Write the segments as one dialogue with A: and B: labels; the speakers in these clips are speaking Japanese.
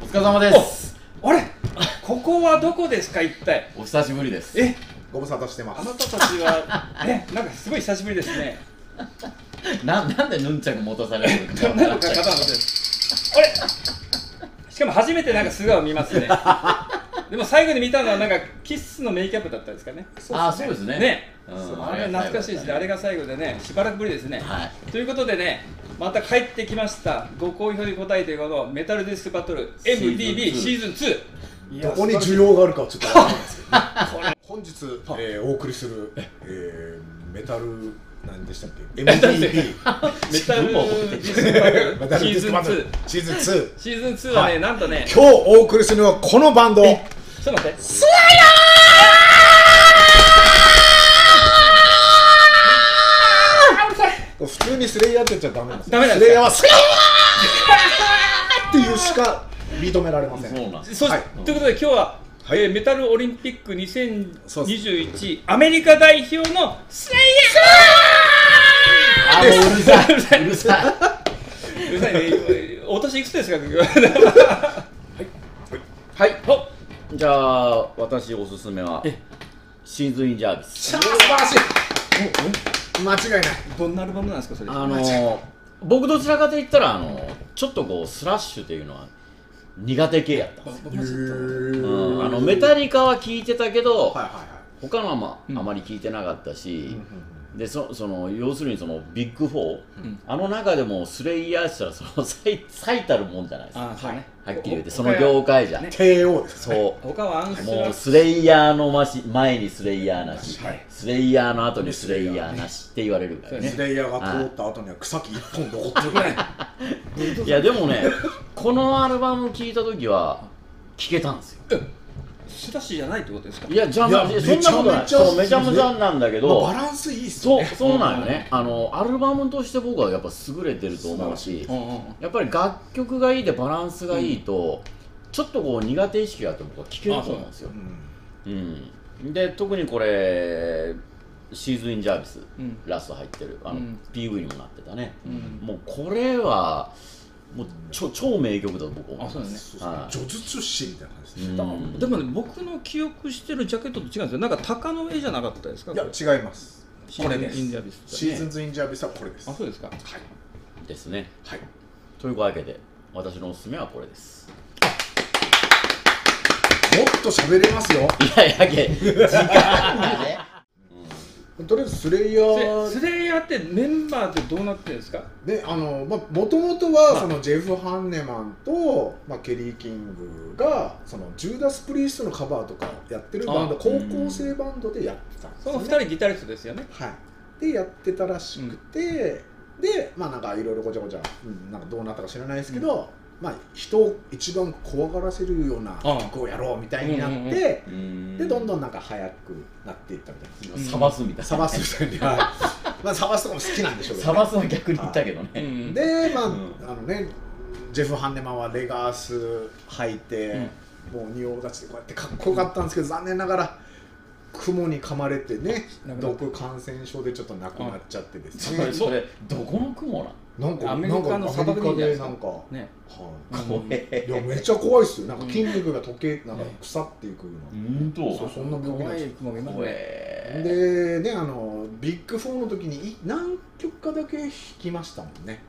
A: お疲れ様です
B: あれここはどこですか一体
A: お久しぶりです
B: え
C: ご無沙汰してま
B: あ
C: す
B: なたたちはえなんかすごい久しぶりですね
A: ななんでヌンチャク持たされるんだ ろう
B: なんか肩のあれしかも初めてなんか素顔見ますねでも最後に見たのはなんかキッスのメイキャップだったんですかね
A: あーそうですね
B: ね、
A: うん
B: あれ懐かしいですねあれが最後でねしばらくぶりですね、
A: はい
B: ということでねまた帰ってきましたご好評に応えていこのメタルディスクバトル MDB
A: シ
B: シ
A: ー
B: ーズン 2,
C: どこに需要があるかはちょっとわからないですけど、ね、 本日、えーお送りする、えーメタル何でしたっけ MDB
B: メタルディスクバトル
C: メタル
B: シー
C: ディス
B: ズ
C: ク
B: ン
C: バトル
B: 2
C: シーズン2
B: シーズン2はね、
C: はい
B: なんとね
C: 今日お送りするのはこのバンド
B: ちょっと待ってス
C: 普通にスレイヤーって言っちゃダメなんですよ
B: ダメなんです
C: ス
B: か
C: レイヤーはスレイヤーっていうしか認められません
A: そうなんです
B: そう
C: はい
B: ということで今日は、
C: はい
B: えーメタルオリンピック
C: そうで
B: 2021アメリカ代表のスレイ
A: あもううるさ いうるさい
B: ヤーうるさいねお年いくつですか今
A: はい
B: 日お
A: じゃあ私おすすめはシーズン・イン・ジャービス
C: 素晴らしい間違いない
B: どんなアルバムなんですかそれ
A: あのー、僕どちらかと言ったらあのーちょっとこうスラッシュというのは苦手系やったんですよ、うんあのメタリカは聞いてたけど、
C: はいはいはい
A: 他のはまあまり聞いてなかったし、でそその要するにそのビッグフォー、あの中でもスレイヤーしたらその最最たるもんじゃないですか
B: あそうね
A: はっきり言ってその業界じゃ、
B: ね
C: 帝王です
A: そ
B: 他はアン
A: う
B: ス
A: もう
B: ラ
A: スレイヤーのまし前にスレイヤーなし、
C: はい
A: スレイヤーの後にスレイヤーなしって言われるからね
C: スレイヤーが通った後には草木一本残ってるぐらい
A: いやでもねこのアルバム聴いた時は聴けたんですよ
B: スラッシュじゃないってことですか
A: いや邪魔
C: い
A: そ
C: や
A: んなことない
C: めちゃめちゃ
A: そうめちゃめちゃなんだけど
C: バランスいいっす
A: そう
C: ね
A: そうなんよねあのアルバムとして僕はやっぱ優れてると思うし
B: うんうんうん
A: やっぱり楽曲がいいでバランスがいいと、ちょっとこう苦手意識があって僕は聴けると思うんですよ
C: う、ん
A: うん、で特にこれシーズン・イン・ジャービス、
B: うん
A: ラスト入ってるあの、
B: うん
A: PV にもなってたね、
B: ん
A: もうこれはもう超超名曲だと僕は
B: あ
A: 思
B: そ
A: いうま
B: だ
A: す
B: ね
A: は
C: 叙
A: い
C: 述師みたいな感じで
A: う
C: す
A: ん
B: だからでもね僕の記憶してるジャケットと違うんですよなんか鷹の絵じゃなかったですかこれ
C: いや違います
B: シーズンインジャビスって
C: シーズンズインジャービスはこれです
B: あそうですか
C: はい
A: ですね
C: はい
A: というわけで私のおすすめはこれです
C: もっと喋れますよ
A: いやいやけ時間がね
C: とりあえずスレイヤ
B: ス
C: ー
B: レイヤーってメンバーってどうなってるんですか
C: であのまあ元々はそのジェフ・ハンネマンとまあケリー・キングがそのジューダス・プリーストのカバーとかやってるバンド
B: あ
C: 高校生バンドでやってたんです
B: そ
C: よ
B: の
C: ね
B: 二人ギタリストですよね
C: はい、でやってたらしくて、でまあなんかいろいろごちゃごちゃ、うん、なんかどうなったか知らないですけど、まあ人を一番怖がらせるような
B: ああ
C: 曲をやろうみたいになって、
B: うんうんうん
C: でどんどんなんか速くなっていったみたいです。
A: サバスみたいな
C: サバスみたいな、はいまあサバスとかも好きなんでしょうけ
A: サ
C: どね、
A: バスは逆に言ったけどね、
B: うん
C: でまあ、
A: うん
C: あのねジェフ・ハンネマンはレガース履いて、もう仁王立ちでこうやってかっこよかったんですけど残念ながら雲に噛まれてね
B: 亡くなっ
C: 毒感染症でちょっと亡くなっちゃってです
A: そ
C: ね
A: れそれどこの雲なん
C: なんか
B: アメリカの砂漠
C: なんかアメリカで
B: みた
C: ないんか、
B: ね
C: は
B: うん
A: 怖え
C: い、いやめっちゃ怖いっすよなんか筋肉が溶けなんか腐っていくよう
A: うん
C: な、そう
A: と
C: そんな病気なん
B: 怖
C: で
B: い
C: す
B: 雲がいます
A: 怖
B: ね
A: え
C: でねあのビッグフォーの時にい何曲かだけ弾きましたもんね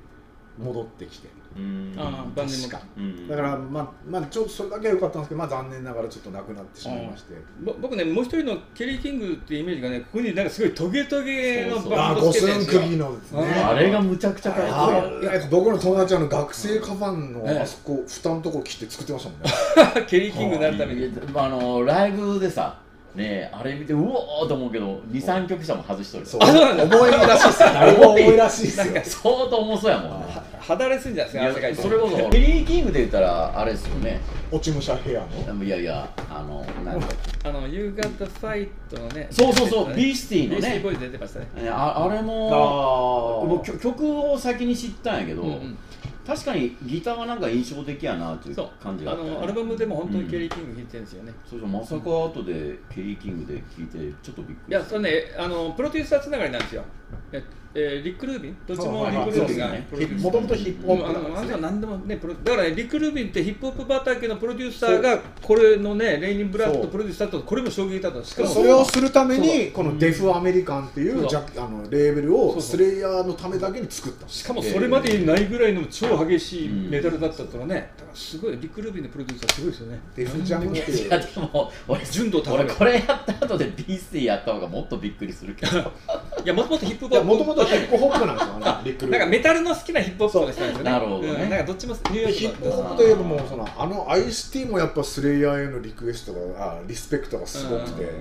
C: 戻ってきて
A: うん
B: ああ番組も
C: 確か
A: うん
C: だからまあまあちょっとそれだけは良かったんですけどまあ残念ながらちょっとなくなってしまいまして、
B: ぼ僕ねもう一人のケリー・キングっていうイメージがねここになんかすごいトゲトゲの
A: うん
C: あ
B: バ
C: あ
B: ンド
C: 五
B: つけてるん
C: 寸
B: ですよ
C: 釘のですね
B: うん
A: あれがむちゃくちゃかっこいい
C: あいや僕の友達あの学生カバン
B: うん
C: のあそこ蓋のとこ切って作ってましたもんね
B: ケリー・キングになるために
A: まああのライブでさねえあれ見てうおーと思うけど23曲者も外しとる
C: そう
A: あ
C: 重いらしいっすよあれも重いらしいっすよ
A: 相当重そうやもんね
B: 肌荒れするんじゃない
A: い
B: ですか汗かい
A: や
B: て
A: それこそ ビリー・キングで言ったらあれですよね
C: 落ち武者ヘアの
A: いやいやあのなんだ
B: あの You Got the Fight のね
A: そうそうそうビー
B: ス
A: スティーの
B: ビースティー
A: ね
B: ボーイズ出てましたね
A: ああれも
C: あ
A: 僕曲を先に知ったんやけど、
B: うんうん
A: 確かにギターはなんか印象的やなという
B: そう
A: 感じが
B: あ
A: あった、ね、
B: のアルバムでも本当にケリ
A: ー、
B: ー・キング弾いてるんですよね、
A: そうそうまさか後でケリーキングで聴いてちょっとびっく
B: い
A: り
B: や
A: した
B: それねあのプロデューサーつながりなんですよええーリック・ルービンどっちもリック・ルービンが
A: はいはい
B: プロデューサ
C: も
B: ー
C: ともとヒップホッ
B: あ
C: プだから
B: のあん
C: です
B: た
C: ね
B: 何でもねプロだからねリック・ルービンってヒップホップ畑のプロデューサーがこれのねレイニン・ブラッド
C: そう
B: プロデューサーとこれも衝撃だったしかも
C: それをするためにこ
B: う
C: の
B: ん
C: デフアメリカンっていうジャあのレーベル
B: そ
C: を
B: うそう
C: スレイヤーのためだけに作った
B: しかもそれまでにないぐらいの超激しい
A: うん
B: メダルだったとはねだからすごいリック・ルービンのプロデューサーすごいですよね
C: デフジャムって
A: い
C: いう
A: やでも俺
B: 純度高
A: 俺
B: い
A: これやった後でビースティーやった方がもっとびっくりするけど
B: いやもともとヒップホップ
C: もともとヒップホップなんですよねリックル
B: なんかメタルの好きなヒップホップの人なんですよね
A: そうなるほどね
B: うんなんかどっちもニューヨ
C: ヒ
B: ー
C: ッ
B: ク
C: プ
B: だった
C: ホップといえばもうそのあのアイスティーもやっぱスレイヤーへのリクエストがあリスペクトがすごくて、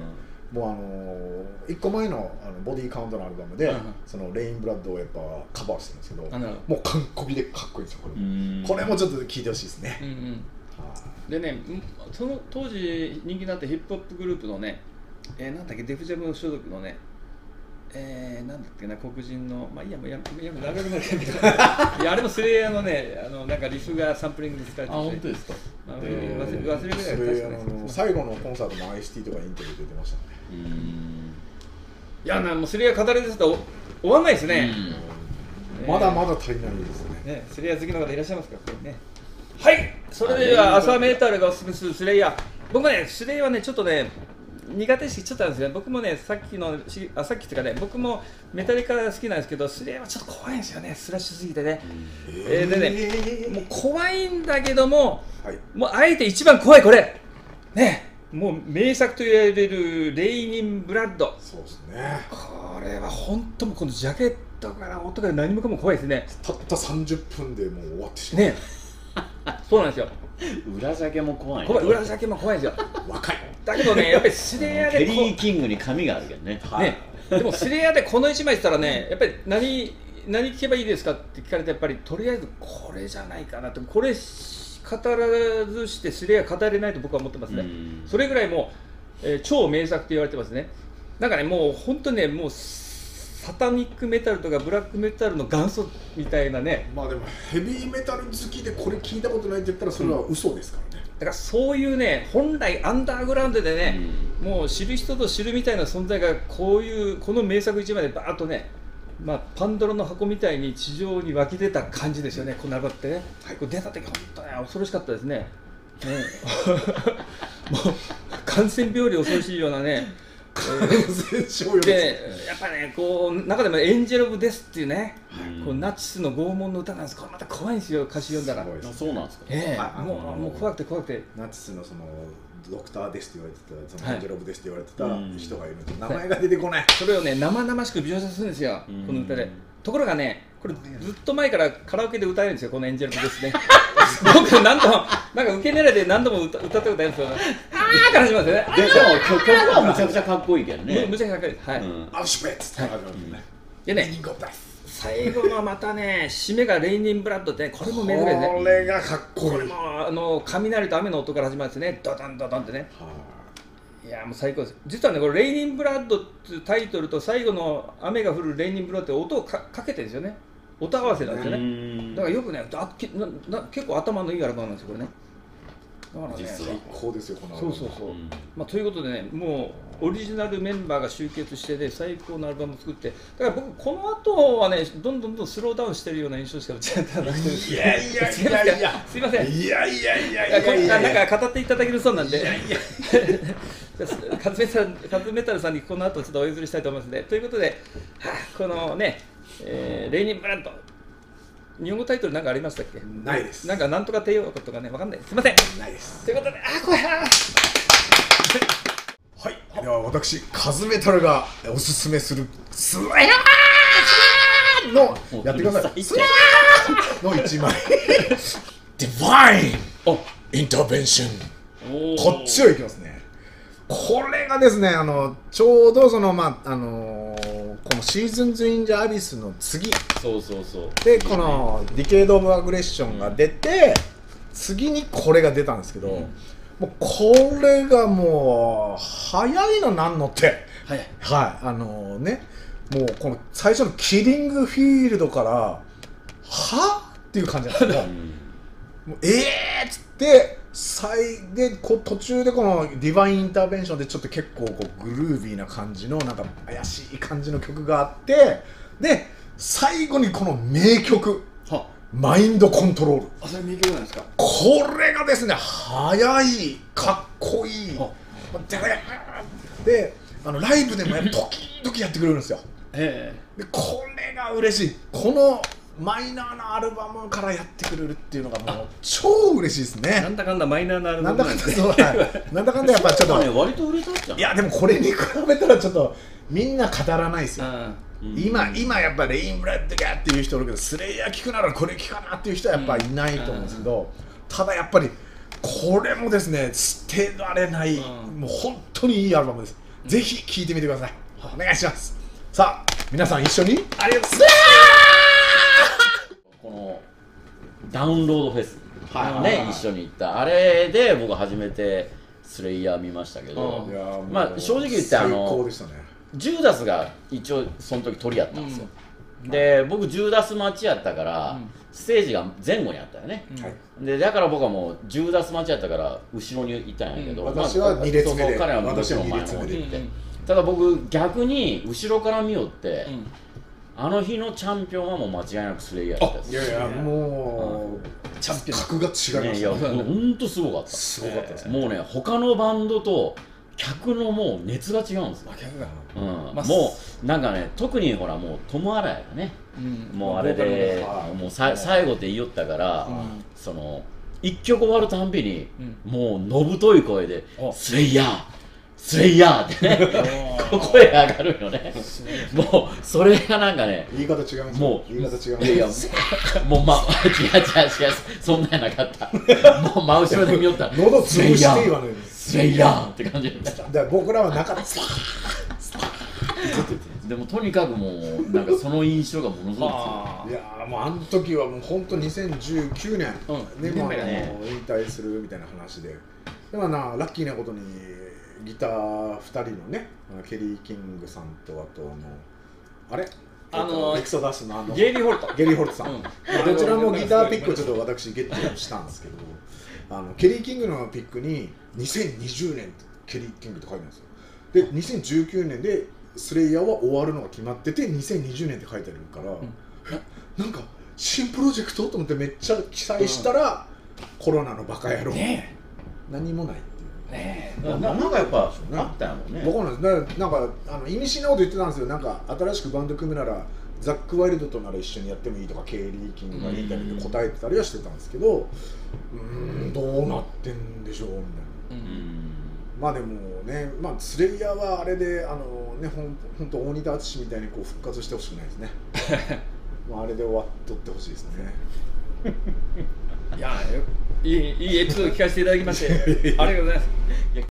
C: もうあのー、1個前のあのボディーカウントのアルバムで、
B: うんうん
C: そのレインブラッドをやっぱカバーしてるんですけど、
B: あなるほ
C: もう完コピでかっこいいんですよこれ,、
A: うん
C: これもちょっと聞いてほしいですね、
B: どうんうん
C: はい
B: でねんその当時人気だったヒップホップグループのね、えーなんだっけデフジャム所属のねえー、なんだっけな黒人のまあいいやもうやめやめ長くなるけど いやあれもスレイヤーのねあのなんかリフがサンプリングに使わ
A: あ
B: れて
A: 本当
B: て
A: ですか
B: あの
A: えー
B: 忘れ忘れ
C: そ
B: るぐらい
C: れ
B: 確か
C: あ
B: ね
C: の最後のコンサートのアイスティーとかインタビューで出てましたね、
A: うん
B: いやなもうスレイヤー語り出すと終わんないですね、えー
C: まだまだ足りないですね
B: ね、スレイヤー好きの方いらっしゃいますかこれねはいそれでは朝メータルがおすすめするスレイヤー僕はねスレイヤーはねちょっとね苦手意識ちょっとあるんですよね僕もねさっきのしあさっきっていうかね僕もメタリカが好きなんですけどスレイヤーはちょっと怖いんですよねスラッシュすぎてね、えーでね、もう怖いんだけども
C: はい
B: もうあえて一番怖いこれねもう名作と言われるレイニン・ブラッド
C: そうですね
B: これは本当もうこのジャケットから音から何もかも怖いですね
C: たった30分でもう終わってし まう、
B: ねそうなんですよ
A: うん裏ジャケも怖いね
B: 怖い裏酒も怖いんですよ
C: 若い
B: だけどねやっぱりスレイヤー
A: ケ
B: で
A: リ
B: こ
A: ー・キングに髪があるけどね
C: は
B: ねでもスレイヤーでこの1枚したらねやっぱり何何聞けばいいですかって聞かれてやっぱりとりあえずこれじゃないかなってこれ語らずしてスレイヤー語れないと僕は思ってますね
A: うん
B: それぐらいもう、えー超名作と言われてますねなんかねもう本当にねもうサタニックメタルとかブラックメタルの元祖みたいなね
C: まあでもヘビーメタル好きでこれ聞いたことないって言ったらそれは嘘ですからね、
B: だからそういうね本来アンダーグラウンドでね、もう知る人と知るみたいな存在がこういうこの名作一枚でバーッとね、まあ、パンドラの箱みたいに地上に湧き出た感じですよねこのアルバムってね、
C: はい
B: これ出た時本当ね恐ろしかった ですね ねもう感染病より恐ろしいようなね
C: 感染症 より
B: でやっぱねこう中でも「エンジェル・オブ・デス」っていうね、
A: うん
B: こうナチスの拷問の歌なんですこれまた怖いんですよ歌詞読んだら
C: すごい
A: あそうなんですか
B: ええ
C: ああの
B: もうもう怖くて怖くて
C: ナチスのそのドクターですって言われてたそ
B: はい
C: のエンジェロブですって言われて
A: うん
C: た人がいるんで名前が出てこない
B: それをね生々しく描写するんですよ
A: うん
B: この歌でところがねこれずっと前からカラオケで歌えるんですよこの「エンジェル・ ブですね僕何度もなんか受け狙いで何度も歌歌ったことあるんですよあーから始まるんですよね
A: ででも曲はむちゃくちゃかっこいいけど
B: む
A: ね
B: むちゃくちゃかっこいいですはい、
A: うん
C: アウシュベッツって始まるんでね
B: で
C: ニ
B: ね
C: ンゴです
B: 最後のまたね締めが「レイニン・ブラッド」ってねこれも
C: こ
B: 珍しいですね
C: れがかっこ
B: これ
C: いい
B: もあの雷と雨の音から始まるんですねドドンドドンってねいやもう最高です実はねこれ「レイニン・ブラッド」っていうタイトルと最後の「雨が降るレイニン・ブラッド」って音をかかけてるんですよね音合わせなんですよね、
A: うん
B: だからよくねだけなな結構頭のいいアルバムなんですよこれねだからね
A: 実は
C: 最高ですよこの
B: そうそうそう、
A: うん
B: まあ、ということでねもうオリジナルメンバーが集結してで最高のアルバムを作ってだから僕この後はねどんどんどんスローダウンしてるような印象しか受けなくて
C: いやいやいやいや
B: すいません
C: いやいやいや
B: い
C: い
B: や
C: や
B: こ
C: い
B: れ
C: やいや
B: なんか語っていただけるそうなんで、 じゃあカズメさんカズメタルさんにこの後ちょっとお譲りしたいと思いますね。ということで、はあこのね、えーレイニン・ブラント、日本語タイトルなんかありましたっけ
C: ないです
B: なんかなんとか帝王国とかね、わかんない。すいません。
C: ないです
B: ということで、あー、怖い。あー
C: はいでは私カズメタルがおすすめするスワヤーのやってくださいスワヤーの一枚 Divine
B: お
C: Intervention
B: お
C: こっちを行きますね。これがですね、あのちょうどそのまああのーこのシーズンズインジャーアビスの次
A: そうそうそう
C: でこのディケードオブアグレッションが出て次にこれが出たんですけど、
A: うん
C: もうこれがもう早いのなんのって
B: はい。
C: はいあのねもうこの最初のキリングフィールドからはっていう感じなんですけどもうええーっつって最でこう途中でこの「ディバインインターベンション」でちょっと結構こうグルービーな感じのなんか怪しい感じの曲があってで最後にこの名曲
A: は
C: 「マインドコントロール」
B: あそれ名曲なんですか
C: これがですね速いかっこいい
A: あ
C: でであのライブでもやっぱ時々やってくれるんですよ
A: え
C: でこれが嬉しいこのマイナーなアルバムからやってくれるっていうのがもう超嬉しいです
B: な
C: ね
B: んだかんだマイナーなアル
C: な
B: バ
C: ん
B: ム
C: だかんだそうはいなんだかんだやっぱちょっ
A: えね
C: と
A: 割と売れたんじゃん
C: いやでもこれに比べたらちょっとみんな語らないですよ
B: うん
A: うん
C: 今今やっぱレインブレッドがっていう人おるけどスレイヤー聞くならこれ聞かなっていう人はやっぱいないと思うんですけど、ただやっぱりこれもですね捨てられない、
B: うん
C: もう本当にいいアルバムです、ぜひ聴いてみてくださいお願いしますさあ皆さん一緒に
B: ありがとうございます
A: このダウンロードフェス、
B: はい
A: ね、一緒に行ったあれで僕初めてスレイヤー見ましたけど、
B: うんい
A: まあ正直言ってあの
C: 最高でしたね
A: ジューダスが一応その時取り合ったんですよ、で僕ジューダス待ちやったから、
B: うん
A: ステージが前後にあったよね、
C: はい
A: でだから僕はもうジューダス待ちやったから後ろにいたんやけど、
C: うん私は二列目で
A: そうそう彼はもう
C: 私は
A: もちろん
C: 二列目
A: 前の方
C: で
A: に行って、
B: うんうん
A: ただ僕逆に後ろから見よって、
B: うん
A: あの日のチャンピオンはもう間違いなくスレイヤーだったんです
C: いやいやもう
B: チャンピオン
C: 格が違いましたね
A: ねいやほんとすごかった
C: すごかったですね、
A: もうね他のバンドと客のもう熱が違うんですよ、
B: 客が
A: うん
B: まあ
A: もうなんかね特にほらもう友洗いがねもうあれで
C: ボーカルのはい
A: もうさ最後って言いよったから、
B: うん
A: その一曲終わるたんびに、
B: う
A: もうのぶとい声で「
B: あ
A: スレイヤースレイヤー」ってね こう声が上がるよねもうそれがなんかね
C: 言い方違いますよ
A: もう
C: 言い方違います
A: いやいやもうま 違う違う違うそんなんやなかったもう真後ろで見よった
C: 喉潰して言わないです
A: スレイヤーって感じだった
C: だから僕らはなかった
A: でもとにかくもうなんかその印象がものすごく強い
B: あ
C: いやーもうあの時はもう本当2019年、
B: うん
C: で
B: 二年
C: もう
B: 前だ
A: ね
C: 引退するみたいな話ででもなラッキーなことにギター2人のねあのケリー・キングさんとあとあのあれ
B: あのー
C: えっとエクソダスのあの
B: ゲイリー・ホルト
C: ゲリー・ホルトさん、
B: うん
C: どちらもギターピックをちょっと私ゲットしたんですけどあのケリー・キングのピックに2020年ってケリー・キングって書いてあるんですよで2019年でスレイヤーは終わるのが決まってて2020年って書いてあるから、えなんか新プロジェクトと思ってめっちゃ記載したら、コロナのバカ野郎、
B: ね
C: 何もないっていう。
B: えね
A: ななんかやっぱあったやもんね
C: 僕なんですななんかあの意味深なこと言ってたんですよなんか新しくバンド組むならザック・ワイルドとなら一緒にやってもいいとかケイリー・キングがインタビューで答えてたりはしてたんですけどうーんどうなってんでしょうみたいな
B: う
A: うんん
C: まあでもね、まあ、スレイヤーはあれであのねほんほんと大仁田淳みたいにこう復活してほしくないですねまああれで終わっとってほしいですね
B: いやいいいいエピソード聞かせていただきましてありがとうございます